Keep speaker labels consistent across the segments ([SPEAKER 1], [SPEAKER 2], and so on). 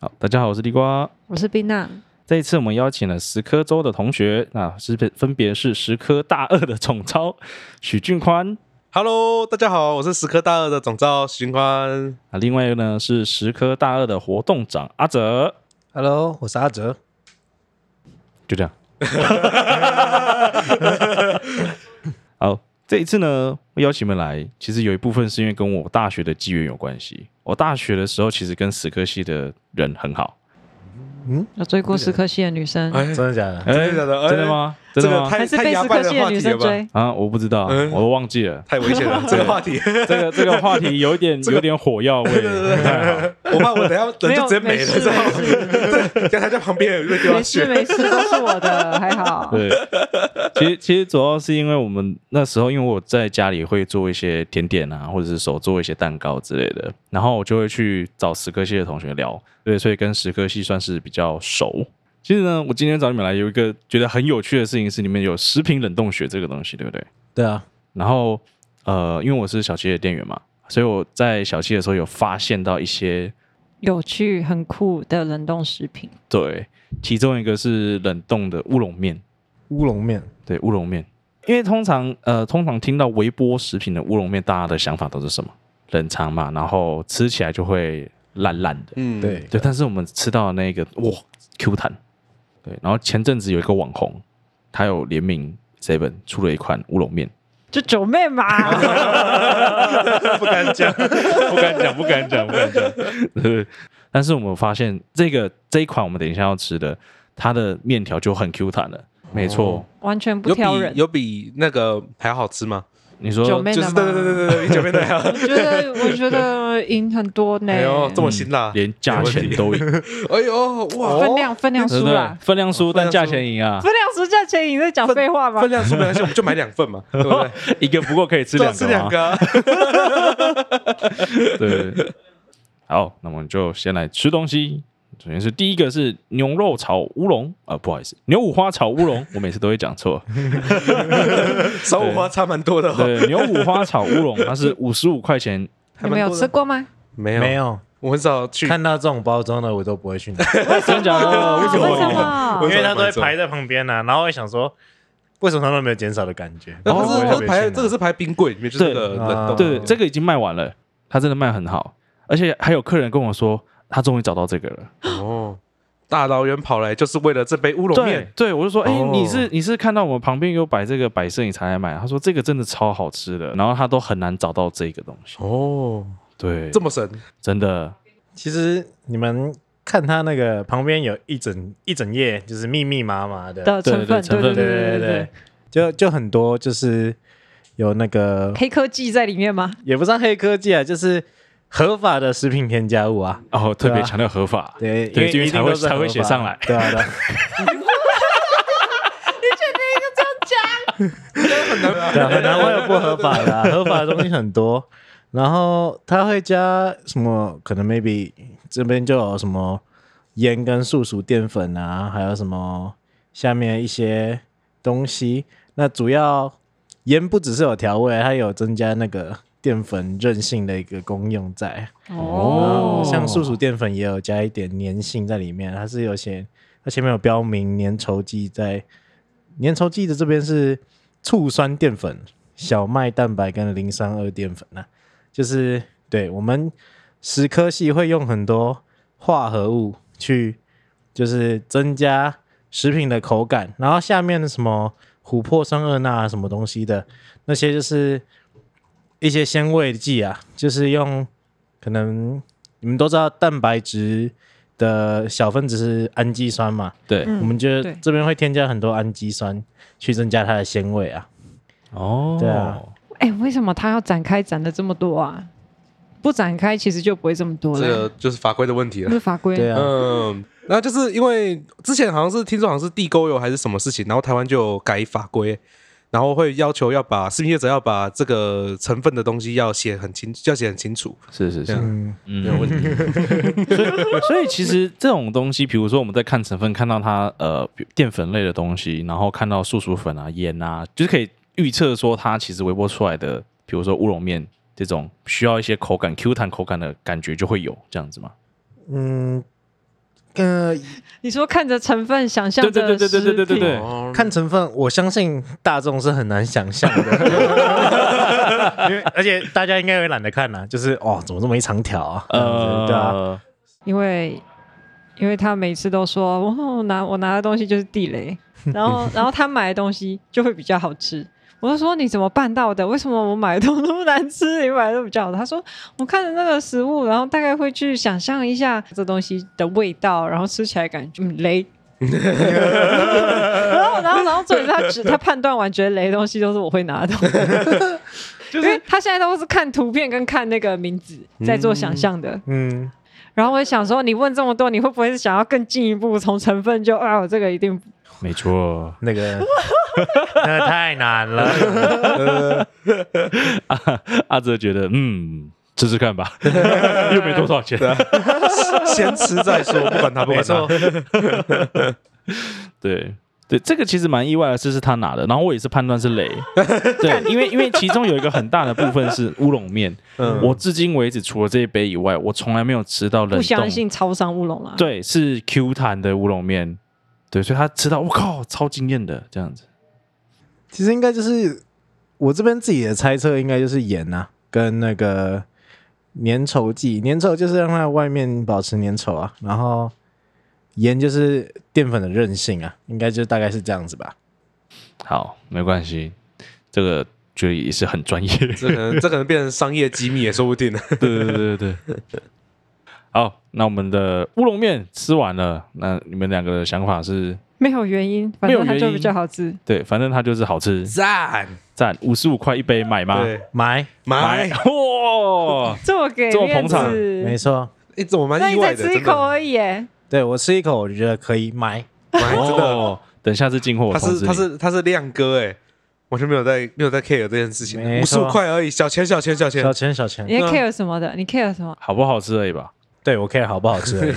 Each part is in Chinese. [SPEAKER 1] 好，大家好，我是地瓜。
[SPEAKER 2] 我是冰娜，
[SPEAKER 1] 这一次我们邀请了石科州的同学，啊，是分别是石科大二的总招许俊宽，
[SPEAKER 3] Hello，大家好，我是十科大二的总召许军官。
[SPEAKER 1] 啊，另外一个呢是石科大二的活动长阿哲，
[SPEAKER 4] Hello，我是阿哲。
[SPEAKER 1] 就这样。 好，这一次呢，我邀请你们来，其实有一部分是因为跟我大学的机缘有关系。我大学的时候其实跟史科系的人很好，
[SPEAKER 2] 有追过石科系的女生，
[SPEAKER 3] 哎，
[SPEAKER 4] 真的假的？
[SPEAKER 1] 哎
[SPEAKER 3] 真的假的哎
[SPEAKER 1] 真的吗？真
[SPEAKER 3] 这
[SPEAKER 1] 的
[SPEAKER 3] 个
[SPEAKER 1] 吗？
[SPEAKER 3] 太
[SPEAKER 2] 还是
[SPEAKER 3] 太
[SPEAKER 2] 被
[SPEAKER 3] 牙
[SPEAKER 2] 石
[SPEAKER 3] 白
[SPEAKER 2] 科
[SPEAKER 3] 的
[SPEAKER 2] 系的
[SPEAKER 3] 话
[SPEAKER 2] 女
[SPEAKER 3] 题了
[SPEAKER 2] 生
[SPEAKER 3] 吧，
[SPEAKER 2] 追？
[SPEAKER 1] 啊，我不知道，
[SPEAKER 3] 嗯
[SPEAKER 1] 我都忘记了。
[SPEAKER 3] 太危险了，这个话题，
[SPEAKER 1] 这个这个话题有一点有点火药味，不太好
[SPEAKER 3] 我怕我等一下人就直接没了，
[SPEAKER 2] 没
[SPEAKER 3] 知道吗？
[SPEAKER 2] 事
[SPEAKER 3] 在他在旁边有一个地
[SPEAKER 2] 没
[SPEAKER 3] 方
[SPEAKER 2] 事
[SPEAKER 3] 选，
[SPEAKER 2] 没事，都是我的，还好。
[SPEAKER 1] 对，其实其实主要是因为我们那时候，因为我在家里会做一些甜点啊，或者是手做一些蛋糕之类的，然后我就会去找石科系的同学聊，对，所以跟石科系算是比较熟。其实呢，我今天找你们来有一个觉得很有趣的事情是，你们有食品冷冻学这个东西，对不对？
[SPEAKER 4] 对啊，
[SPEAKER 1] 然后呃，因为我是小七的店员嘛，所以我在小七的时候有发现到一些
[SPEAKER 2] 有趣很酷的冷冻食品，
[SPEAKER 1] 对，其中一个是冷冻的乌龙面，
[SPEAKER 4] 乌龙面
[SPEAKER 1] 对乌龙面，因为通常呃，通常听到微波食品的乌龙面，大家的想法都是什么？冷藏嘛，然后吃起来就会烂烂的。
[SPEAKER 3] 嗯，
[SPEAKER 4] 对，
[SPEAKER 1] 对，但是我们吃到的那个哇，Q 弹。对，然后前阵子有一个网红，他有联名 Seven 出了一款乌龙面，
[SPEAKER 2] 就九妹嘛，
[SPEAKER 3] 不敢讲，
[SPEAKER 1] 不敢讲，不敢讲，不敢讲。 对，但是我们发现这个这一款我们等一下要吃的，它的面条就很 Q 弹了。没错，
[SPEAKER 3] 哦
[SPEAKER 2] 完全 不
[SPEAKER 3] 有比
[SPEAKER 2] 挑人。
[SPEAKER 3] 有比那个还好吃吗？
[SPEAKER 1] 你说嗯
[SPEAKER 2] 九妹
[SPEAKER 3] 就
[SPEAKER 2] 的
[SPEAKER 3] 是
[SPEAKER 2] 嘛，
[SPEAKER 3] 对对对对对，比酒 杯那样。
[SPEAKER 2] 我觉得我觉得赢很多呢
[SPEAKER 3] 哎，呦，这么辛辣，
[SPEAKER 1] 连价钱都 赢，
[SPEAKER 3] 哎呦哇，
[SPEAKER 2] 分量分量
[SPEAKER 1] 对
[SPEAKER 2] 输
[SPEAKER 1] 不对
[SPEAKER 2] 啦，？
[SPEAKER 1] 分量输，但
[SPEAKER 3] 啊分量输
[SPEAKER 1] 价钱赢啊！
[SPEAKER 2] 分量输价钱赢，在讲
[SPEAKER 3] 分
[SPEAKER 2] 废话吗
[SPEAKER 3] 分？量是没关系，我们就买两份嘛，对不对？
[SPEAKER 1] 一个不够可以吃
[SPEAKER 3] 多
[SPEAKER 1] 两个，
[SPEAKER 3] 吃两。个啊，
[SPEAKER 1] 对， 好，那我们就先来吃东西。首先是第一个是牛肉炒乌龙，啊，不好意思，牛五花炒乌龙，我每次都会讲 错。
[SPEAKER 3] 手五花差蛮多的哦，
[SPEAKER 1] 对，牛五花炒乌龙，它是五十五块钱，
[SPEAKER 2] 你们有吃过吗？
[SPEAKER 3] 没有
[SPEAKER 4] 没，有嗯
[SPEAKER 3] 我很少去，
[SPEAKER 4] 看到这种包装的，我都不会去 拿，
[SPEAKER 1] 真的 假的？
[SPEAKER 2] 哦
[SPEAKER 1] 为什
[SPEAKER 2] 为什
[SPEAKER 1] 么？
[SPEAKER 2] 么
[SPEAKER 4] 因？为它
[SPEAKER 3] 我
[SPEAKER 4] 都
[SPEAKER 3] 也
[SPEAKER 4] 会
[SPEAKER 3] 不会
[SPEAKER 4] 排在旁边呐、然后会想说，为什么它都没有减少的感觉？
[SPEAKER 3] 那
[SPEAKER 4] 我
[SPEAKER 3] 不
[SPEAKER 4] 呃不
[SPEAKER 3] 是它
[SPEAKER 4] 会特
[SPEAKER 3] 是
[SPEAKER 4] 别
[SPEAKER 3] 排
[SPEAKER 4] 去拿
[SPEAKER 3] 这个是排冰柜里面，就是那个
[SPEAKER 4] 对
[SPEAKER 3] 冷冻。
[SPEAKER 1] 对，这个已经卖完了，它真的卖很好，而且还有客人跟我说，他终于找到这个了。
[SPEAKER 3] 哦，大老远跑来就是为了这杯乌龙
[SPEAKER 1] 对
[SPEAKER 3] 面，
[SPEAKER 1] 对，我就说，哎、
[SPEAKER 3] 哦
[SPEAKER 1] 你是你是看到我们旁边有摆这个摆设，你才来买？他说这个真的超好吃的，然后他都很难找到这个东西。
[SPEAKER 3] 哦，
[SPEAKER 1] 对，
[SPEAKER 3] 这么神，
[SPEAKER 1] 真的
[SPEAKER 4] 其实你们看它那个旁边有一整一整页，就是密密麻麻的，
[SPEAKER 2] 的成
[SPEAKER 1] 对对
[SPEAKER 2] 分，对
[SPEAKER 1] 成分
[SPEAKER 2] 对
[SPEAKER 4] 对
[SPEAKER 2] 对
[SPEAKER 4] 对对
[SPEAKER 2] 对
[SPEAKER 4] 对，，就就很多就是有那个
[SPEAKER 2] 黑科技在里面吗？
[SPEAKER 4] 也不算黑科技啊，就是合法的食品添加物啊。
[SPEAKER 1] 哦，特别
[SPEAKER 4] 对啊
[SPEAKER 1] 强调合法，
[SPEAKER 4] 对，
[SPEAKER 1] 对因
[SPEAKER 4] 因
[SPEAKER 1] 为
[SPEAKER 4] 为一定都是
[SPEAKER 1] 才会才会
[SPEAKER 4] 合法
[SPEAKER 1] 写上来
[SPEAKER 4] 对啊，对啊 对啊，很难会有不合法的、啊，合法的东西很多。然后它会加什么？可能 maybe 这边就有什么盐跟素熟淀粉啊，还有什么下面一些东西。那主要盐不只是有调味，它有增加那个淀粉韧性的一个功用在。
[SPEAKER 1] 哦
[SPEAKER 4] 像素薯淀粉也有加一点粘性在里面，它是有些它前面有标明粘稠剂在，粘稠剂的这边是醋酸淀粉、小麦蛋白跟磷酸二淀粉啊，就是对我们食科系会用很多化合物去，就是增加食品的口感，然后下面的什么琥珀酸二钠啊什么东西的那些就是一些鲜味剂啊，就是用可能你们都知道蛋白质的小分子是氨基酸嘛，
[SPEAKER 1] 对，
[SPEAKER 2] 嗯
[SPEAKER 4] 我们觉得
[SPEAKER 2] 对
[SPEAKER 4] 这边会添加很多氨基酸去增加它的鲜味啊。
[SPEAKER 1] 哦，
[SPEAKER 4] 对啊
[SPEAKER 2] 哎，为什么他要展开展的这么多啊？不展开其实就不会这么多
[SPEAKER 3] 这个
[SPEAKER 2] 了，
[SPEAKER 3] 就是法规的问题
[SPEAKER 2] 这
[SPEAKER 3] 了。
[SPEAKER 2] 是法规。
[SPEAKER 4] 对啊，
[SPEAKER 3] 嗯，然后就是因为之前好像是听说好像是地沟油还是什么事情，然后台湾就有改法规，然后会要求要把食品业者要把这个成分的东西要写很清，要写很清楚，
[SPEAKER 1] 是是是
[SPEAKER 3] 对啊，
[SPEAKER 4] 嗯，
[SPEAKER 1] 嗯
[SPEAKER 3] 没有问题。
[SPEAKER 1] 所以其实这种东西，比如说我们在看成分，看到它呃比淀粉类的东西，然后看到素薯粉啊、盐啊，就是可以预测说它其实微波出来的，比如说乌龙面这种需要一些口感 Q 弹口感的感觉就会有这样子嘛。
[SPEAKER 4] 嗯，呃，
[SPEAKER 2] 你说看着成分想象
[SPEAKER 1] 对对
[SPEAKER 2] 着
[SPEAKER 1] 对对对对对对
[SPEAKER 2] 食品
[SPEAKER 1] 对，
[SPEAKER 3] 哦
[SPEAKER 4] 看成分，我相信大众是很难想象 的，因为而且大家应该会懒得看啦、就是哦，怎么这么一长条啊？呃，对啊，
[SPEAKER 1] 呃，
[SPEAKER 2] 因为因为他每次都说，我我拿我拿的东西就是地雷，然后然后他买的东西就会比较好吃。我就说你怎么办到的？为什么我买的都那么难吃，你买的都比较好？他说我看着那个食物，然后大概会去想象一下这东西的味道，然后吃起来感觉嗯雷。然后，然后，然后，所以他只他判断完觉得雷的东西都是我会拿的东西，因为他现在都是看图片跟看那个名字在做想象的。
[SPEAKER 4] 嗯，
[SPEAKER 2] 然后我就想说，你问这么多，你会不会是想要更进一步从成分就啊，我这个一定
[SPEAKER 1] 没错。
[SPEAKER 4] 那个那个太难了，
[SPEAKER 1] 阿阿哲啊觉得，嗯，试试看 吧，又没多少钱。
[SPEAKER 3] 先吃再说，不管他不管他。
[SPEAKER 1] 对对，这个其实蛮意外的，这是他拿的，然后我也是判断是 雷。对，因为因为其中有一个很大的部分是乌龙面，
[SPEAKER 3] 嗯
[SPEAKER 1] 我至今为止除了这一杯以外，我从来没有吃到冷
[SPEAKER 2] 不相
[SPEAKER 1] 冻。
[SPEAKER 2] 信超商乌龙啦。，啊
[SPEAKER 1] 对，是 Q 弹的乌龙面。对，所以他吃到，我靠，超惊艳的这样子。
[SPEAKER 4] 其实应该就是我这边自己的猜测，应该就是盐啊，跟那个粘稠剂，粘稠就是让它外面保持粘稠啊，然后盐就是淀粉的韧性啊，应该就大概是这样子吧。
[SPEAKER 1] 好，没关系，这个觉得也是很专业。
[SPEAKER 3] 这可能这可能变成商业机密也说不定呢。
[SPEAKER 1] 对对对对对。 好，那我们的乌龙面吃完了，那你们两个的想法是？
[SPEAKER 2] 没有原因，反
[SPEAKER 1] 没有
[SPEAKER 2] 正它
[SPEAKER 1] 原
[SPEAKER 2] 就
[SPEAKER 1] 因
[SPEAKER 2] 比较好吃。
[SPEAKER 1] 对，反正它就是好吃，
[SPEAKER 3] 赞，
[SPEAKER 1] 赞，五十五块一杯，买吗？
[SPEAKER 3] 对，
[SPEAKER 4] 买，
[SPEAKER 1] 买
[SPEAKER 3] 买，
[SPEAKER 1] 哇！
[SPEAKER 2] 这么给啊
[SPEAKER 1] 这么
[SPEAKER 2] 面
[SPEAKER 1] 捧场
[SPEAKER 2] 子
[SPEAKER 4] 没，错，
[SPEAKER 3] 哎，我
[SPEAKER 2] 那
[SPEAKER 3] 蛮意
[SPEAKER 2] 你
[SPEAKER 3] 外
[SPEAKER 2] 再
[SPEAKER 3] 的，
[SPEAKER 2] 吃一
[SPEAKER 3] 真
[SPEAKER 2] 口
[SPEAKER 3] 的，
[SPEAKER 2] 而已耶。
[SPEAKER 4] 对我吃一口，我觉得可以买。
[SPEAKER 3] 买真的，
[SPEAKER 1] 哦，等下次进货我
[SPEAKER 3] 他
[SPEAKER 1] 通知
[SPEAKER 3] 是
[SPEAKER 1] 你。
[SPEAKER 3] 他是他是亮哥哎，完全没有在没有在 care 这件事情，
[SPEAKER 4] 没
[SPEAKER 3] 五十
[SPEAKER 4] 错
[SPEAKER 3] 五块而已，小钱小钱小钱
[SPEAKER 4] 小，钱小钱，
[SPEAKER 2] 你在
[SPEAKER 3] 对啊
[SPEAKER 2] care 什么的？你 care 什么？
[SPEAKER 1] 好不好吃而已吧。
[SPEAKER 4] 对我 care 好不好吃而已。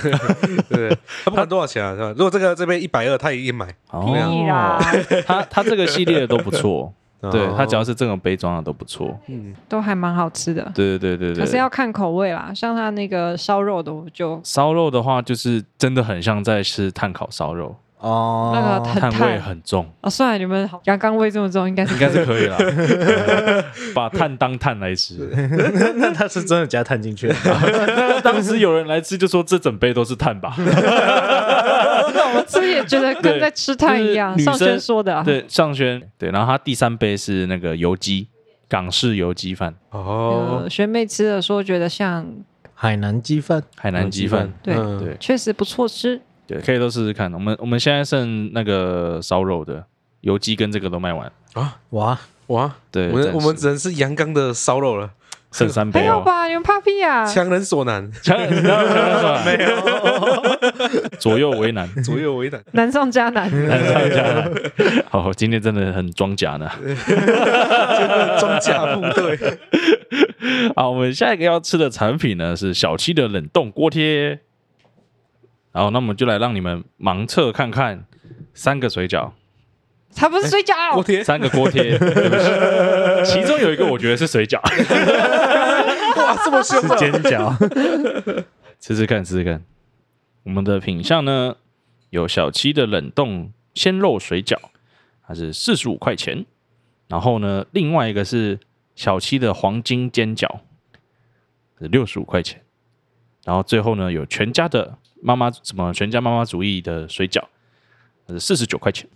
[SPEAKER 3] 对，他不管多少钱啊，是吧？如果这个这边一百二，他也买。
[SPEAKER 2] 屁啦，
[SPEAKER 1] 他他这个系列的都不 错，对
[SPEAKER 3] 哦
[SPEAKER 1] 他只要是这种杯装的都不错。
[SPEAKER 3] 嗯
[SPEAKER 2] 都还蛮好吃的，
[SPEAKER 1] 对对对对
[SPEAKER 2] 可是要
[SPEAKER 1] 对。
[SPEAKER 2] 看口味啦。像它那个烧肉的，我就
[SPEAKER 1] 烧肉的话，就是真的很像在吃炭烤烧肉，
[SPEAKER 4] 哦，
[SPEAKER 2] 那个很
[SPEAKER 1] 炭味
[SPEAKER 2] 烫。
[SPEAKER 1] 很重，
[SPEAKER 2] 哦，算了，你们阳刚味这么重，应该是
[SPEAKER 1] 应 该是可 以啦。呃把炭当炭来吃，
[SPEAKER 4] 那他是真的加碳进去了，
[SPEAKER 1] 当时有人来吃就说这整杯都是炭 吧。
[SPEAKER 2] 我自己也觉得跟在吃炭一样。
[SPEAKER 1] 就是女
[SPEAKER 2] 上
[SPEAKER 1] 生
[SPEAKER 2] 轩说的啊，
[SPEAKER 1] 对，尚轩对，然后他第三杯是那个油鸡，港式油鸡饭，
[SPEAKER 3] 哦，
[SPEAKER 2] 呃，学妹吃的说觉得像，
[SPEAKER 4] 海南鸡饭
[SPEAKER 1] 海南鸡饭。
[SPEAKER 2] 对
[SPEAKER 3] 嗯
[SPEAKER 1] 对
[SPEAKER 2] 确实不错吃。
[SPEAKER 1] 对，可以都试试看。我们我们现在剩那个烧肉的油鸡跟这个都卖完，
[SPEAKER 3] 啊，
[SPEAKER 4] 哇，
[SPEAKER 3] 哇，
[SPEAKER 1] 对
[SPEAKER 3] 我们
[SPEAKER 1] 暂
[SPEAKER 3] 我们
[SPEAKER 1] 时
[SPEAKER 3] 只能是阳刚的烧肉了，
[SPEAKER 1] 剩三
[SPEAKER 2] 还
[SPEAKER 1] 杯
[SPEAKER 2] 有
[SPEAKER 1] 哦。
[SPEAKER 2] 吧，你们怕屁啊？
[SPEAKER 3] 强人所难，
[SPEAKER 1] 强强强 没有 左右为难，
[SPEAKER 3] 左右为难。
[SPEAKER 2] 难上加难。
[SPEAKER 3] 嗯
[SPEAKER 1] 难上加难。好，今天真的很装甲呢。
[SPEAKER 3] 装甲部 队，
[SPEAKER 1] 好，我们下一个要吃的产品呢是小七的冷冻锅贴。好，那我们就来让你们盲测看看三个水饺，
[SPEAKER 2] 它不是水饺，
[SPEAKER 3] 我天，
[SPEAKER 1] 三个锅贴，对不起 其中有一个我觉得是水饺，
[SPEAKER 3] 哇，这么凶
[SPEAKER 4] 是
[SPEAKER 3] 啊！
[SPEAKER 4] 煎饺，
[SPEAKER 1] 试试看，试试看。我们的品相呢，有小七的冷冻鲜肉水饺，它是四十五块钱。然后呢，另外一个是小七的黄金煎饺，是六十五块钱。然后最后呢，有全家的妈妈什么全家妈妈主义的水饺，它是四十九块钱。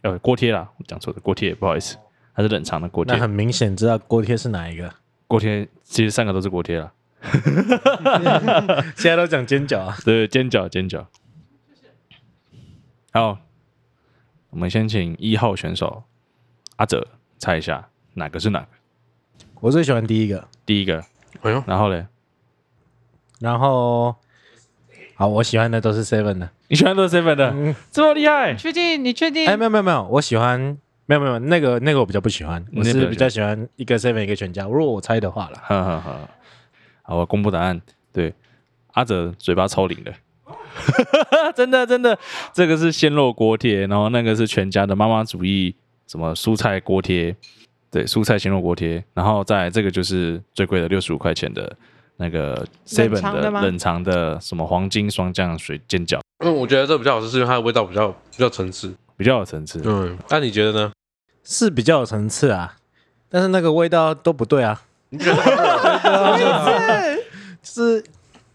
[SPEAKER 1] 呃，锅贴啦，我讲错了，锅贴，不好意思，它是冷藏的锅
[SPEAKER 4] 那
[SPEAKER 1] 贴。
[SPEAKER 4] 很明显知道锅贴是哪一个。
[SPEAKER 1] 锅贴其实三个都是锅贴啦。
[SPEAKER 4] 现在都讲煎饺啊，
[SPEAKER 1] 对，煎饺，煎饺。好，我们先请一号选手阿哲猜一下哪个是哪个。
[SPEAKER 4] 我最喜欢第一个，
[SPEAKER 1] 第一个，
[SPEAKER 3] 哎呦，
[SPEAKER 1] 然后嘞，
[SPEAKER 4] 然后好，我喜欢的都是 seven 的。
[SPEAKER 1] 你喜欢乐 seven 的，这么厉害
[SPEAKER 2] 你，确定？你确定？
[SPEAKER 4] 哎，没有没有没有，我喜欢没有没有那个那个我比较不喜欢，我
[SPEAKER 1] 那
[SPEAKER 4] 是
[SPEAKER 1] 个
[SPEAKER 4] 比较喜欢一个 seven 一个全家。如果我猜的话 啦，
[SPEAKER 1] 哈哈哈。好，我公布答案。对，阿哲嘴巴超灵的， 真的真的，这个是鲜肉锅贴，然后那个是全家的妈妈主义什么蔬菜锅贴，对，蔬菜鲜肉锅贴，然后再来这个就是最贵的六十五块钱的那个 seven
[SPEAKER 2] 冷藏的吗
[SPEAKER 1] 冷藏的什么黄金双酱水煎饺，
[SPEAKER 3] 嗯，我觉得这比较好吃，是因为它的味道比较比较层次。
[SPEAKER 1] 比较有层次。
[SPEAKER 3] 嗯，那你觉得呢？
[SPEAKER 4] 是比较有层次啊，但是那个味道都不对啊， 就是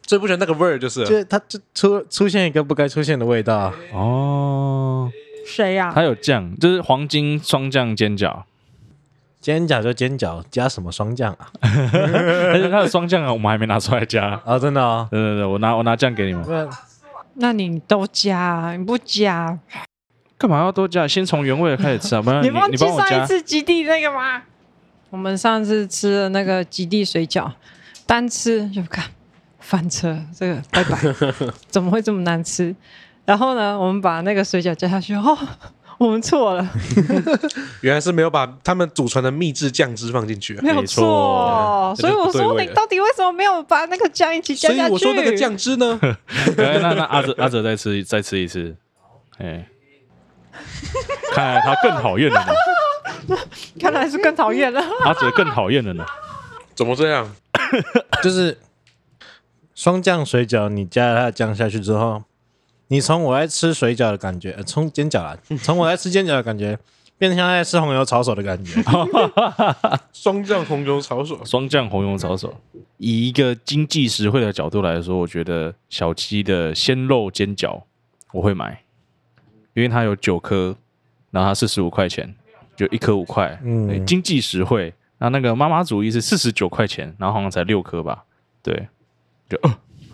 [SPEAKER 3] 最不喜欢那个味儿就是了
[SPEAKER 4] 就它就出出现一个不该出现的味道啊，
[SPEAKER 1] 哦，
[SPEAKER 2] 谁啊呀、
[SPEAKER 1] 它有酱，就是黄金双酱煎饺，
[SPEAKER 4] 煎饺就煎饺，加什么霜降啊？
[SPEAKER 1] 但是它的双酱啊，我们还没拿出来加。
[SPEAKER 4] 啊，真的哦，
[SPEAKER 1] 对对对，我拿我拿酱给你们
[SPEAKER 4] 不。然
[SPEAKER 2] 那你都加啊，你不加，
[SPEAKER 1] 干嘛要多加？先从原味的开始吃啊，不然
[SPEAKER 2] 你
[SPEAKER 1] 你
[SPEAKER 2] 忘记
[SPEAKER 1] 帮我
[SPEAKER 2] 上 一
[SPEAKER 1] 加。
[SPEAKER 2] 次极地那个吗？我们上次吃的那个极地水饺，单吃就看翻车，这个拜 拜，怎么会这么难吃？然后呢，我们把那个水饺加下去，哦，我们错 了，
[SPEAKER 3] 原来是没有把他们祖传的秘制酱汁放进去啊、
[SPEAKER 2] 没有
[SPEAKER 1] 没错
[SPEAKER 2] 错。所以我
[SPEAKER 3] 那就不
[SPEAKER 2] 说
[SPEAKER 3] 对味
[SPEAKER 2] 你
[SPEAKER 3] 了
[SPEAKER 2] 到底为什么没有把那个酱一起加
[SPEAKER 3] 所以
[SPEAKER 2] 下去？
[SPEAKER 3] 我说那个酱汁呢，
[SPEAKER 1] 来，哎那那阿哲阿哲再吃再吃一次， 哎，看来他更讨厌了呢，
[SPEAKER 2] 看来是更讨厌了。
[SPEAKER 1] 阿哲更讨厌了呢。
[SPEAKER 3] 怎么这样？
[SPEAKER 4] 就是双酱水饺，你加了它的酱下去之后，你从我在吃水饺的感觉，呃从、煎饺啊，从我在吃煎饺的感觉，变成像在吃红油抄手的感觉。
[SPEAKER 3] 双酱红油抄手，
[SPEAKER 1] 双酱红油抄手，以一个经济实惠的角度来说，我觉得小七的鲜肉煎饺我会买，因为它有九颗，然后它四十五块钱，就一颗五块，
[SPEAKER 4] 嗯
[SPEAKER 1] 嗯，经济实惠。那那个妈妈主义是四十九块钱，然后好像才六颗吧，对，就呃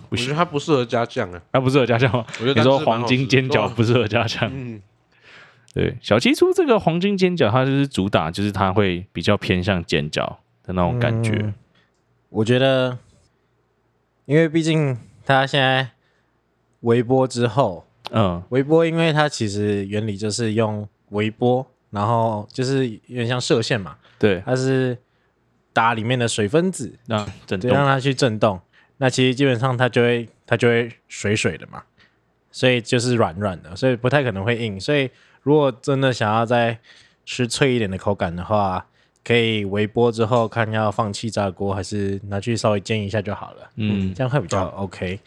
[SPEAKER 1] 不
[SPEAKER 3] 我觉
[SPEAKER 1] 行
[SPEAKER 3] 得，它不适合加酱啊。
[SPEAKER 1] 那、不适合加酱吗？
[SPEAKER 3] 我觉得
[SPEAKER 1] 你
[SPEAKER 3] 它
[SPEAKER 1] 说
[SPEAKER 3] 汁蛮
[SPEAKER 1] 黄
[SPEAKER 3] 好
[SPEAKER 1] 金
[SPEAKER 3] 吃
[SPEAKER 1] 煎饺
[SPEAKER 3] 对啊
[SPEAKER 1] 不适合加酱，
[SPEAKER 3] 嗯，
[SPEAKER 1] 对，小七出这个黄金煎饺，它就是主打就是它会比较偏向煎饺的那种 感觉，
[SPEAKER 4] 嗯我觉得，因为毕竟它现在微波之后，
[SPEAKER 1] 嗯
[SPEAKER 4] 微波因为它其实原理就是用微波，然后就是有点像射线嘛，
[SPEAKER 1] 对，
[SPEAKER 4] 它是打里面的水分子，
[SPEAKER 1] 那整
[SPEAKER 4] 对，
[SPEAKER 1] 动
[SPEAKER 4] 让它去震动。那其实基本上它就会它就会水水的嘛，所以就是软软的，所以不太可能会硬。所以如果真的想要再吃脆一点的口感的话，可以微波之后看要放气炸锅还是拿去稍微煎一下就好了，
[SPEAKER 1] 嗯，
[SPEAKER 4] 这样会比较 OK。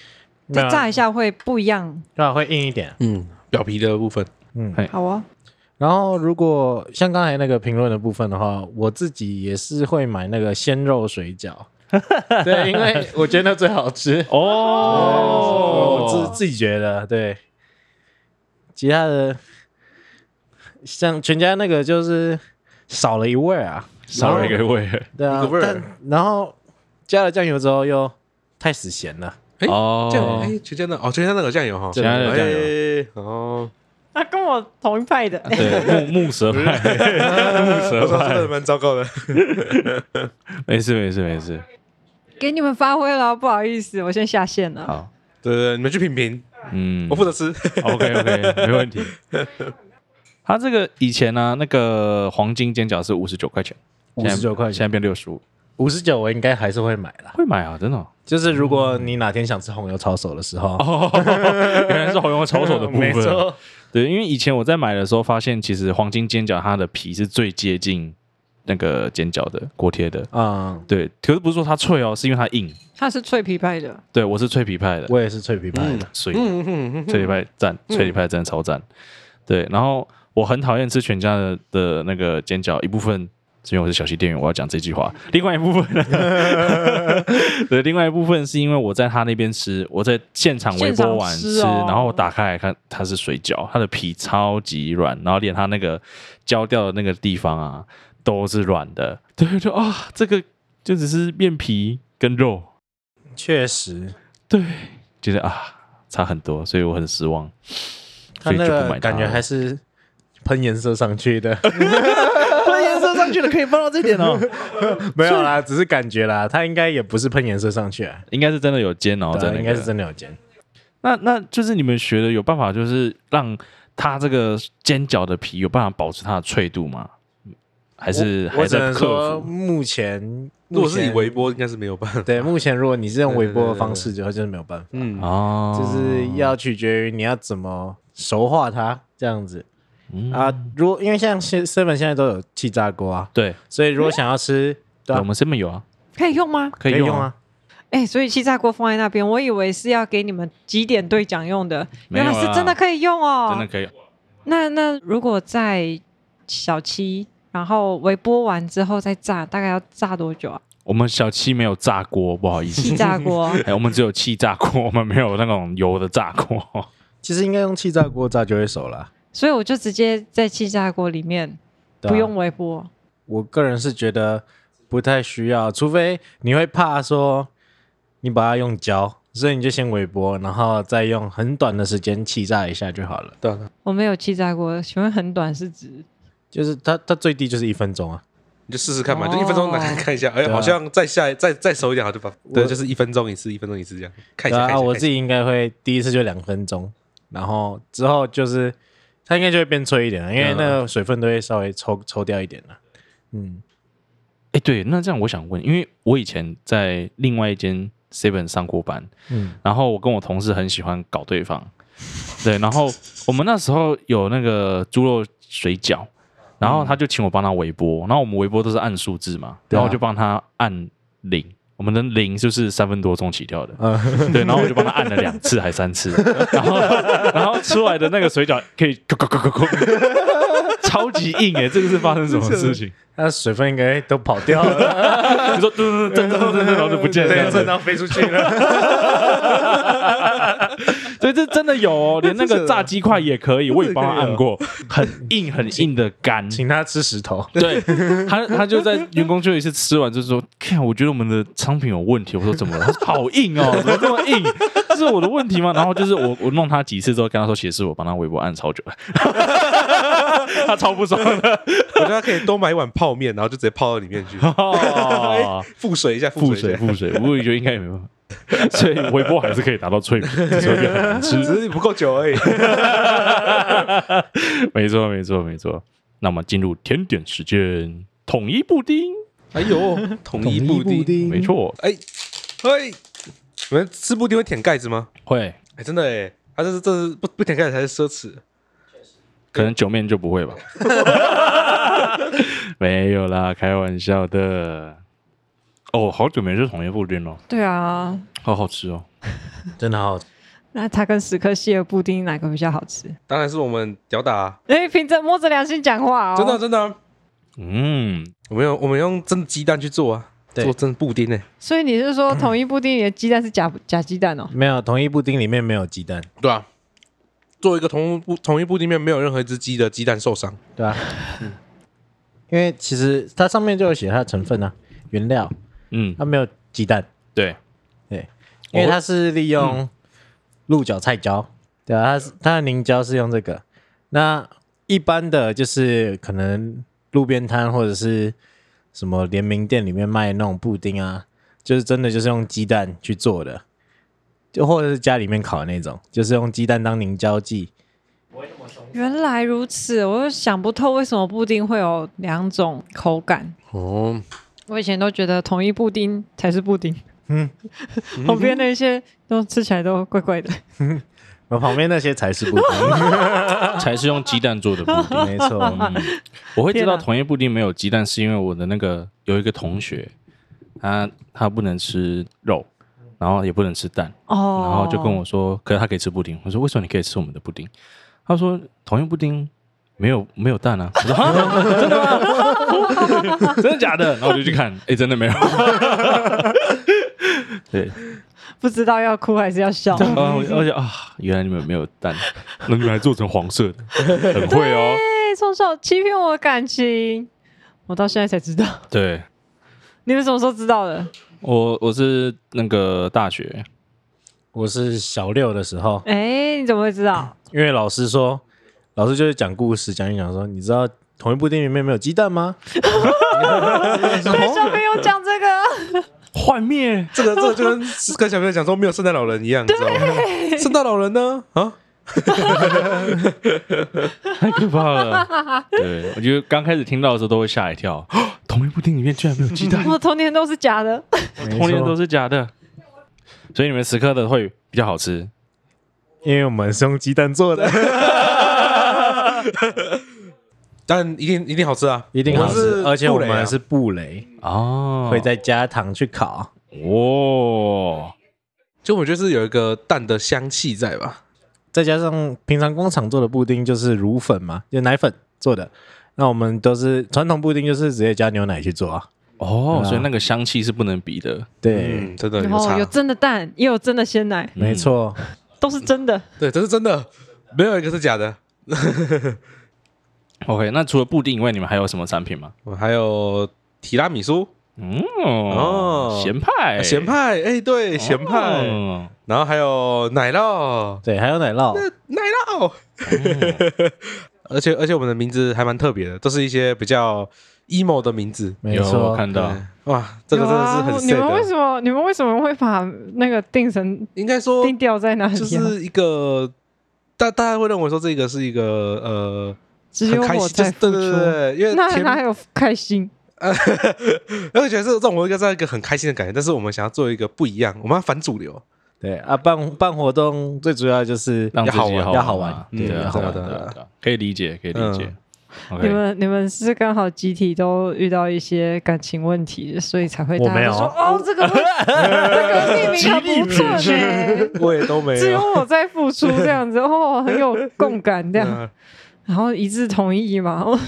[SPEAKER 4] 没
[SPEAKER 2] 再
[SPEAKER 4] 有啊
[SPEAKER 2] 炸一下会不一样。
[SPEAKER 4] 对啊，会硬一点。
[SPEAKER 3] 嗯，表皮的部分，
[SPEAKER 4] 嗯，
[SPEAKER 1] 嘿
[SPEAKER 2] 好啊，
[SPEAKER 4] 然后如果像刚才那个评论的部分的话，我自己也是会买那个鲜肉水饺， 对，因为我觉得那最好吃。
[SPEAKER 1] 哦，
[SPEAKER 4] 我自自己觉得对。其他的，像全家那个就是少了一味儿啊，
[SPEAKER 1] 少了一
[SPEAKER 3] 哦
[SPEAKER 1] 个味
[SPEAKER 4] 对啊
[SPEAKER 3] 一个味，儿
[SPEAKER 4] 但然后加了酱油之后又太死咸了，
[SPEAKER 3] 哎酱油
[SPEAKER 1] 哦，
[SPEAKER 3] 哎，全家的哦，全家那个酱油哈，
[SPEAKER 1] 全家那个酱
[SPEAKER 3] 油哦，
[SPEAKER 2] 他啊跟我同一派 的。
[SPEAKER 1] 对木木蛇 派，木
[SPEAKER 3] 我
[SPEAKER 1] 蛇
[SPEAKER 3] 说真的
[SPEAKER 1] 派，
[SPEAKER 3] 蛮糟糕的。
[SPEAKER 1] 没事没事没事，
[SPEAKER 2] 给你们发挥了，不好意思，我先下线了。
[SPEAKER 1] 好，
[SPEAKER 3] 对对对，你们去品评，
[SPEAKER 1] 嗯，
[SPEAKER 3] 我负责吃。
[SPEAKER 1] OK OK，没问题。他这个以前啊呢，那个黄金煎饺是五十九块钱，
[SPEAKER 4] 五十
[SPEAKER 1] 现在
[SPEAKER 4] 九块
[SPEAKER 1] 现在
[SPEAKER 4] 钱，
[SPEAKER 1] 变六十五，
[SPEAKER 4] 五十九我应该还是会买啦。
[SPEAKER 1] 会买啊，真 的哦。
[SPEAKER 4] 就是如果你哪天想吃红油抄手的时候，
[SPEAKER 1] 哦，原来是红油抄手的部
[SPEAKER 4] 没
[SPEAKER 1] 分。
[SPEAKER 4] 错，
[SPEAKER 1] 对，因为以前我在买的时候发现，其实黄金煎饺它的皮是最接近那个煎饺的锅贴的。
[SPEAKER 4] 嗯，
[SPEAKER 1] 对，可是不是说它脆哦，是因为它硬。
[SPEAKER 2] 他是脆皮派的，
[SPEAKER 1] 对，我是脆皮派的，
[SPEAKER 4] 我也是脆皮派的，
[SPEAKER 1] 所以
[SPEAKER 3] 嗯嗯嗯
[SPEAKER 1] 脆皮派赞，脆皮派真的超赞。对，然后我很讨厌吃全家的的那个煎饺，一部分是因为我是小西店员，我要讲这句话；，另外一部分 呢，对，另外一部分是因为我在他那边吃，我在现场微波完
[SPEAKER 2] 现场吃哦
[SPEAKER 1] 然后我打开来看，它是水饺，它的皮超级软，然后连它那个焦掉的那个地方啊，都是软的。对，就啊、这个就只是面皮跟肉，嗯
[SPEAKER 4] 确实，
[SPEAKER 1] 对，觉得啊差很多，所以我很失望。
[SPEAKER 4] 它
[SPEAKER 1] 所以就
[SPEAKER 4] 那
[SPEAKER 1] 不买
[SPEAKER 4] 个
[SPEAKER 1] 它
[SPEAKER 4] 感觉
[SPEAKER 1] 了
[SPEAKER 4] 还是喷颜色上 去的。
[SPEAKER 1] 喷颜色上去了，可以放到这点哦。
[SPEAKER 4] 没有啦，只是感觉啦，它应该也不是喷颜色上去、啊，
[SPEAKER 1] 应该是真的有煎，然后
[SPEAKER 4] 对
[SPEAKER 1] 哦在
[SPEAKER 4] 啊
[SPEAKER 1] 那个
[SPEAKER 4] 应该是真的有煎。
[SPEAKER 1] 那那就是你们学的有办法，就是让它这个煎饺的皮有办法保持它的脆度吗？还是
[SPEAKER 4] 我
[SPEAKER 1] 还
[SPEAKER 4] 只
[SPEAKER 1] 在
[SPEAKER 4] 能
[SPEAKER 1] 克
[SPEAKER 4] 说，
[SPEAKER 1] 服？
[SPEAKER 4] 目前
[SPEAKER 3] 如果是以
[SPEAKER 4] 目前
[SPEAKER 3] 微波，应该是没有办法。
[SPEAKER 4] 对，目前如果你是用微波
[SPEAKER 3] 对对
[SPEAKER 4] 的
[SPEAKER 3] 对对
[SPEAKER 4] 方式，就就是没有办法，
[SPEAKER 3] 嗯，
[SPEAKER 1] 哦，
[SPEAKER 4] 就是要取决于你要怎么熟化它这样子
[SPEAKER 1] 嗯
[SPEAKER 4] 啊。如果因为像现 seven 现在都有气炸锅啊，
[SPEAKER 1] 对，
[SPEAKER 4] 所以如果想要吃，对
[SPEAKER 1] 对
[SPEAKER 4] 啊
[SPEAKER 1] 我们身边有啊，
[SPEAKER 2] 可以用吗？
[SPEAKER 1] 可
[SPEAKER 4] 可
[SPEAKER 1] 以
[SPEAKER 4] 以用
[SPEAKER 1] 啊。
[SPEAKER 4] 啊，
[SPEAKER 2] 哎、所以气炸锅放在那边，我以为是要给你们几点兑奖用的，
[SPEAKER 1] 没有
[SPEAKER 2] 原
[SPEAKER 1] 啦
[SPEAKER 2] 来是真的可以用
[SPEAKER 1] 真的
[SPEAKER 2] 哦。
[SPEAKER 1] 可以。
[SPEAKER 2] 那那如果在小七，然后微波完之后再炸，大概要炸 多久啊？
[SPEAKER 1] 我们小七没有炸锅，不好意
[SPEAKER 2] 气
[SPEAKER 1] 思，
[SPEAKER 2] 炸锅
[SPEAKER 1] 哎，我们只有气炸锅，我们没有那种油的炸锅。
[SPEAKER 4] 其实应该用气炸锅炸就会熟啦。
[SPEAKER 2] 所以我就直接在气炸锅里面，
[SPEAKER 4] 对啊
[SPEAKER 2] 不用微波。
[SPEAKER 4] 我个人是觉得不太需要，除非你会怕说你把它用胶，所以你就先微波，然后再用很短的时间气炸一下就好了。
[SPEAKER 3] 对啊，
[SPEAKER 2] 我没有气炸锅，请问很短是指？
[SPEAKER 4] 就是它它最低就是一分钟啊。
[SPEAKER 3] 你就试试看嘛，
[SPEAKER 2] 哦
[SPEAKER 3] 就一分钟拿看一下，哎，
[SPEAKER 4] 对啊
[SPEAKER 3] 好像再下再再熟一点，好就把对，啊
[SPEAKER 4] 我
[SPEAKER 3] 就是一分钟一次，一分钟一次这样看一
[SPEAKER 4] 对
[SPEAKER 3] 下。看一
[SPEAKER 4] 啊，
[SPEAKER 3] 下
[SPEAKER 4] 我
[SPEAKER 3] 看一
[SPEAKER 4] 自己应该会第一次就两分钟，然后之后就是它应该就会变脆一点了，啊因为那个水分都会稍微抽抽掉一点了。嗯，
[SPEAKER 1] 哎，对，那这样我想问，因为我以前在另外一间 Seven 上过班，
[SPEAKER 4] 嗯，
[SPEAKER 1] 然后我跟我同事很喜欢搞对方，对，然后我们那时候有那个猪肉水饺，然后他就请我帮他微波，然后我们微波都是按数字嘛，
[SPEAKER 4] 对
[SPEAKER 1] 然
[SPEAKER 4] 啊
[SPEAKER 1] 后我就帮他按零，我们的零就是三分多钟起跳的，
[SPEAKER 4] 嗯
[SPEAKER 1] 对，然后我就帮他按了两次还三次， 然后然后出来的那个水饺可以 咕咕咕咕咕，超级硬诶、这个是发生什么事 情？
[SPEAKER 4] 那水分应该都跑掉了，
[SPEAKER 1] 你说噔噔噔噔噔噔，然后就不见了这样
[SPEAKER 4] 对，
[SPEAKER 1] 子
[SPEAKER 4] 正，常飞出去了。
[SPEAKER 1] 所以这真的有哦，连那 个炸鸡块也可以，我也帮哦他按过，很硬很硬的干。
[SPEAKER 4] 请他吃石头。
[SPEAKER 1] 对他，他就在员工休息室吃完，就说：“看，我觉得我们的商品有问题。”我说：“怎么了？”他说：“好硬哦，怎么这么硬？这是我的问题吗？”然后就是我，我弄他几次之后，跟他说：“其实是我帮他微波按超久 了。”他超不爽 的。
[SPEAKER 3] 我觉得他可以多买一碗泡面，然后就直接泡到里面去，
[SPEAKER 1] 哦
[SPEAKER 3] 复水一下，
[SPEAKER 1] 复
[SPEAKER 3] 水
[SPEAKER 1] 水
[SPEAKER 3] 一下。
[SPEAKER 1] 复水，我也觉得应该也没办法，所以微波还是可以达到脆皮，只是会变很 难吃。
[SPEAKER 3] 只是不够久而已。
[SPEAKER 1] 没错，没错，没错。那么进入甜点时间，统一布丁，
[SPEAKER 3] 哎呦，统一布丁，
[SPEAKER 1] 没。错，
[SPEAKER 3] 哎，嘿，你们吃布丁会舔盖子吗？
[SPEAKER 1] 会
[SPEAKER 3] 哎，真的哎，他这是这是不不舔盖子才是奢侈。
[SPEAKER 1] 可能九面就不会 吧？没有啦，开玩笑的。哦，好久没吃统一布丁了，
[SPEAKER 2] 对啊，
[SPEAKER 1] 好好吃哦。
[SPEAKER 4] 真的好，
[SPEAKER 2] 那它跟十颗蟹的布丁哪个比较好吃？
[SPEAKER 3] 当然是我们屌打啊，
[SPEAKER 2] 哎，凭着摸着良心讲话哦，
[SPEAKER 3] 真的啊真的啊，
[SPEAKER 1] 嗯，
[SPEAKER 3] 我们用我们用真的鸡蛋去做啊，
[SPEAKER 4] 对
[SPEAKER 3] 做真的布丁哎，
[SPEAKER 2] 所以你是说统一布丁里的鸡蛋是 假假鸡蛋哦？
[SPEAKER 4] 没有同一布丁里面没有鸡蛋，
[SPEAKER 3] 对啊。做一个同布同一布丁面，没有任何一只鸡的鸡蛋受伤。
[SPEAKER 4] 对吧、因为其实它上面就有写它的成分啊，原料，
[SPEAKER 1] 嗯，
[SPEAKER 4] 它没有鸡蛋，
[SPEAKER 1] 对，
[SPEAKER 4] 因为它是利用鹿角菜胶，对啊，它是它的凝胶是用这个。那一般的就是可能路边摊或者是什么联名店里面卖那种布丁啊，就是真的就是用鸡蛋去做的，就或者是家里面烤的那种，就是用鸡蛋当凝胶剂。
[SPEAKER 2] 原来如此，我又想不透为什么布丁会有两种口感。
[SPEAKER 3] 哦，
[SPEAKER 2] 我以前都觉得统一布丁才是布丁，嗯， 旁边那些都吃起来都怪怪
[SPEAKER 3] 嗯
[SPEAKER 2] 的。
[SPEAKER 4] 我旁边那些才是布丁，
[SPEAKER 1] 才是用鸡蛋做的布丁。
[SPEAKER 4] 没错，
[SPEAKER 1] 嗯我会知道
[SPEAKER 2] 天哪
[SPEAKER 1] 同一布丁没有鸡蛋，是因为我的那个有一个同学，他他不能吃肉，然后也不能吃蛋，
[SPEAKER 2] 哦，
[SPEAKER 1] 然后就跟我说，可是他可以吃布丁。我说为什么你可以吃我们的布丁？他说同一布丁没有没有蛋啊。我说哈真的吗？真的假的？然后我就去看，哎、真的没有。对，
[SPEAKER 2] 不知道要哭还是要 笑。
[SPEAKER 1] 然后我就而且啊，原来你们没有蛋，那你们还做成黄色的，很会哦。
[SPEAKER 2] 哎，双手欺骗我的感情，我到现在才知道。
[SPEAKER 1] 对，
[SPEAKER 2] 你们什么时候知道的？
[SPEAKER 1] 我我是那个大学，
[SPEAKER 4] 我是小六的时候，
[SPEAKER 2] 哎，你怎么会知道？
[SPEAKER 4] 因为老师说，老师就是讲故事，讲一讲说，你知道同一布丁里面没有鸡蛋吗？
[SPEAKER 2] 对，小朋友讲 这个，
[SPEAKER 1] 幻灭。
[SPEAKER 3] 这个这个就跟 跟小朋友讲说没有圣诞老人一样，你知道 吗？圣诞老人呢？啊，
[SPEAKER 1] 太可怕了！对，我觉得刚开始听到的时候都会吓一跳， 同一部电影里面居然没有鸡蛋，
[SPEAKER 2] 我童年都是假的。
[SPEAKER 1] 童年都是假的，所以你们十颗的会比较好吃。
[SPEAKER 4] 因为我们是用鸡蛋做的，
[SPEAKER 3] 但一定一定好吃啊，
[SPEAKER 4] 一定好
[SPEAKER 3] 我们
[SPEAKER 4] 吃
[SPEAKER 3] 是。
[SPEAKER 4] 而且我
[SPEAKER 3] 布雷啊
[SPEAKER 4] 们是布雷，
[SPEAKER 1] 哦
[SPEAKER 4] 会再加糖去烤。
[SPEAKER 1] 哦，
[SPEAKER 3] 就我觉得是有一个蛋的香气在吧？
[SPEAKER 4] 再加上平常工厂做的布丁就是乳粉嘛，就奶粉做的。那我们都是传统布丁，就是直接加牛奶去做啊。
[SPEAKER 1] 哦
[SPEAKER 4] 对，啊
[SPEAKER 1] 所以那个香气是不能比的。
[SPEAKER 4] 对，
[SPEAKER 3] 嗯，真的
[SPEAKER 2] 然
[SPEAKER 3] 有
[SPEAKER 2] 后
[SPEAKER 3] 差
[SPEAKER 2] 有，真的蛋，也有真的鲜奶，
[SPEAKER 4] 没错。
[SPEAKER 2] 都是真的。
[SPEAKER 3] 对，这是真的，没有一个是假的。
[SPEAKER 1] OK，那除了布丁以外，你们还有什么产品吗？
[SPEAKER 3] 我还有提拉米苏、
[SPEAKER 1] 嗯，
[SPEAKER 3] 哦
[SPEAKER 1] 咸派，
[SPEAKER 3] 咸派，哎，对，咸派，
[SPEAKER 1] 哦
[SPEAKER 3] 然后还有奶酪，呃
[SPEAKER 4] 对，还有奶酪，
[SPEAKER 3] 奶酪。哦 而且而且我们的名字还蛮特别的，都是一些比较 emo 的名字。
[SPEAKER 4] 没
[SPEAKER 1] 有
[SPEAKER 4] 错。
[SPEAKER 1] 我看到
[SPEAKER 3] 对哇，这个真的是很
[SPEAKER 2] 有啊你们
[SPEAKER 3] sad
[SPEAKER 2] 为
[SPEAKER 3] 的。
[SPEAKER 2] 什么你们为什么会把那个定成
[SPEAKER 3] 应该说，
[SPEAKER 2] 定调在哪里、啊？
[SPEAKER 3] 哦就是一个大大家会认为说这个是一个
[SPEAKER 2] 只
[SPEAKER 3] 呃
[SPEAKER 2] 有
[SPEAKER 3] 很开
[SPEAKER 2] 我
[SPEAKER 3] 心，就
[SPEAKER 2] 在
[SPEAKER 3] 是
[SPEAKER 2] 付
[SPEAKER 3] 对
[SPEAKER 2] 出
[SPEAKER 3] 对，对对，因为
[SPEAKER 2] 那
[SPEAKER 3] 甜
[SPEAKER 2] 哪有开心？
[SPEAKER 3] 而且觉得这种活应该是一个很开心的感觉，但是我们想要做一个不一样，我们要反主流。
[SPEAKER 4] 对啊，办办活动最主要就是
[SPEAKER 1] 让自己
[SPEAKER 3] 要好玩
[SPEAKER 4] 要
[SPEAKER 1] 好
[SPEAKER 4] 好
[SPEAKER 1] 嘛
[SPEAKER 4] 玩
[SPEAKER 1] 对
[SPEAKER 3] 嗯
[SPEAKER 1] 啊，
[SPEAKER 3] 要
[SPEAKER 1] 好
[SPEAKER 3] 好
[SPEAKER 1] 玩
[SPEAKER 3] 玩
[SPEAKER 1] 对啊
[SPEAKER 3] 对啊
[SPEAKER 1] 对啊可以理解，可以理解。
[SPEAKER 2] 嗯你
[SPEAKER 1] OK，
[SPEAKER 2] 们你们是刚好集体都遇到一些感情问题，所以才会
[SPEAKER 4] 我
[SPEAKER 2] 大家
[SPEAKER 4] 没有
[SPEAKER 2] 都说哦，这 个这个命名很不错呢。
[SPEAKER 3] 我也都没
[SPEAKER 2] 只有。我在付出这样子，哦，很有共感这样，
[SPEAKER 3] 嗯
[SPEAKER 2] 然后一致同意嘛。我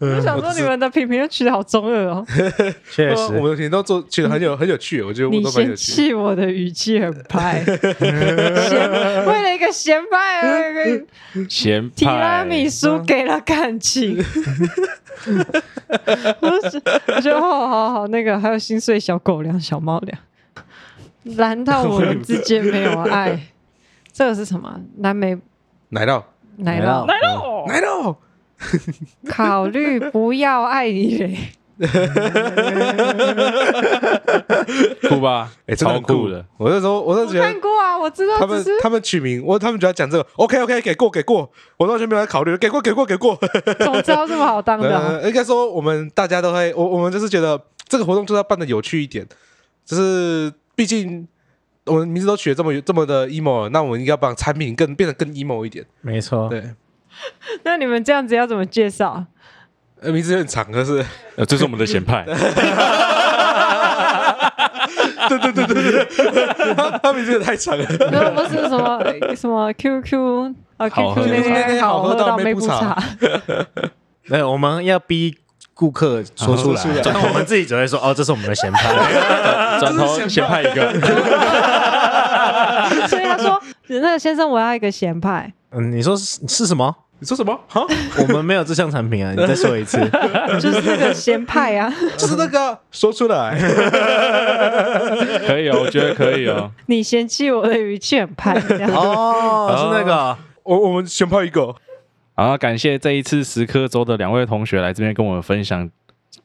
[SPEAKER 3] 呃
[SPEAKER 2] 我想说你们的品评取得好中二哦，
[SPEAKER 4] 确
[SPEAKER 3] 我
[SPEAKER 4] 实
[SPEAKER 3] 们挺都做，觉得很有很有趣，我觉得我
[SPEAKER 2] 你
[SPEAKER 3] 都 蛮
[SPEAKER 2] 嫌
[SPEAKER 3] 有趣。
[SPEAKER 2] 弃我的语气很拍， 嫌为了一个咸派而一个
[SPEAKER 1] 咸派
[SPEAKER 2] 提拉米苏给了感 情。我是我觉得哦，好好那个还有心碎小狗粮、小猫粮，难道我们之间没有 爱？这个是什么？蓝莓
[SPEAKER 3] 奶酪，
[SPEAKER 2] 奶
[SPEAKER 4] 奶
[SPEAKER 2] 酪
[SPEAKER 4] 酪。
[SPEAKER 3] 奶酪，
[SPEAKER 2] 考虑不要爱你嘞，
[SPEAKER 1] 酷吧？
[SPEAKER 3] 哎，真
[SPEAKER 1] 超
[SPEAKER 3] 的很
[SPEAKER 1] 酷的。。
[SPEAKER 3] 我那时候，我那时
[SPEAKER 2] 我
[SPEAKER 3] 候觉
[SPEAKER 2] 看
[SPEAKER 3] 得
[SPEAKER 2] 过啊，我知道
[SPEAKER 3] 他，
[SPEAKER 2] 只
[SPEAKER 3] 们
[SPEAKER 2] 是
[SPEAKER 3] 他们取名，我他们只要讲这个，OK OK，给过给过，我完全没有在考虑，给过给过给过。
[SPEAKER 2] 总招这么好当的啊，
[SPEAKER 3] 呃，应该说我们大家都会，我我们就是觉得这个活动就是要办的有趣一点，就是毕竟我们名字都取得这么这么的 emo，了那我们应该把产品更变得更 emo 一点。
[SPEAKER 4] 没错。
[SPEAKER 3] 对，
[SPEAKER 2] 那你们这样子要怎么介绍？
[SPEAKER 3] 呃，名字有点长，可是
[SPEAKER 1] 呃， 这是我们的咸派，
[SPEAKER 3] 对对对对对， 他他名字也太长了。
[SPEAKER 2] 没有，不是什么什么 QQ 啊
[SPEAKER 1] 好喝
[SPEAKER 2] ，QQ 那
[SPEAKER 3] 那
[SPEAKER 2] 天
[SPEAKER 3] 天
[SPEAKER 2] 好
[SPEAKER 3] 好
[SPEAKER 2] 喝
[SPEAKER 3] 喝
[SPEAKER 2] 到
[SPEAKER 3] 到
[SPEAKER 2] 妹
[SPEAKER 3] 妹
[SPEAKER 2] 布
[SPEAKER 3] 布
[SPEAKER 2] 茶
[SPEAKER 3] 茶，
[SPEAKER 4] 对，我们要逼顾客哦说出来，
[SPEAKER 3] 说出来
[SPEAKER 4] 这样 我们自己只会说哦，这是我们的咸 派。
[SPEAKER 1] 转头
[SPEAKER 3] 这是
[SPEAKER 1] 咸
[SPEAKER 3] 咸
[SPEAKER 1] 派
[SPEAKER 3] 派
[SPEAKER 1] 一个。
[SPEAKER 2] 所以他说那个先生我要一个咸派，
[SPEAKER 4] 嗯，你说是是什么？
[SPEAKER 3] 你说什么？哈，
[SPEAKER 4] 我们没有这项产品啊！你再说 一次，
[SPEAKER 2] 就是那个咸派啊，
[SPEAKER 3] 就是那个 说出来，
[SPEAKER 1] 可以哦，我觉得可以哦。
[SPEAKER 2] 你嫌弃我的语气很派，这样
[SPEAKER 4] 哦，是那个，
[SPEAKER 3] 我我们选派一个。
[SPEAKER 1] 好，那感谢这一次十颗州的两位同学来这边跟我们分享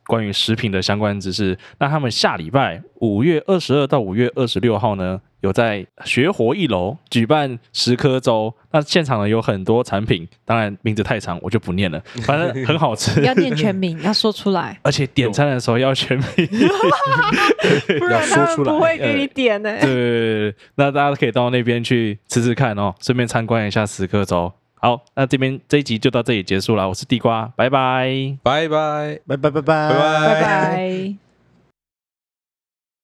[SPEAKER 1] 关于食品的相关知识。那他们下礼拜五月二十二到五月二十六号呢，有在学活一楼举办十颗粥。那现场呢有很多产品，当然名字太长我就不念了，反正很好吃。
[SPEAKER 2] 要念全名，要说出来，
[SPEAKER 1] 而且点餐的时候要全 名，
[SPEAKER 2] 不然他们不会给你点呢。
[SPEAKER 1] 对对对对，那大家可以到那边去吃吃看哦，顺便参观一下十颗粥。好，那这边这一集就到这里结束了，我是地瓜，拜拜。
[SPEAKER 3] 拜拜，
[SPEAKER 4] 拜拜拜
[SPEAKER 3] 拜拜
[SPEAKER 4] 拜
[SPEAKER 2] 拜拜。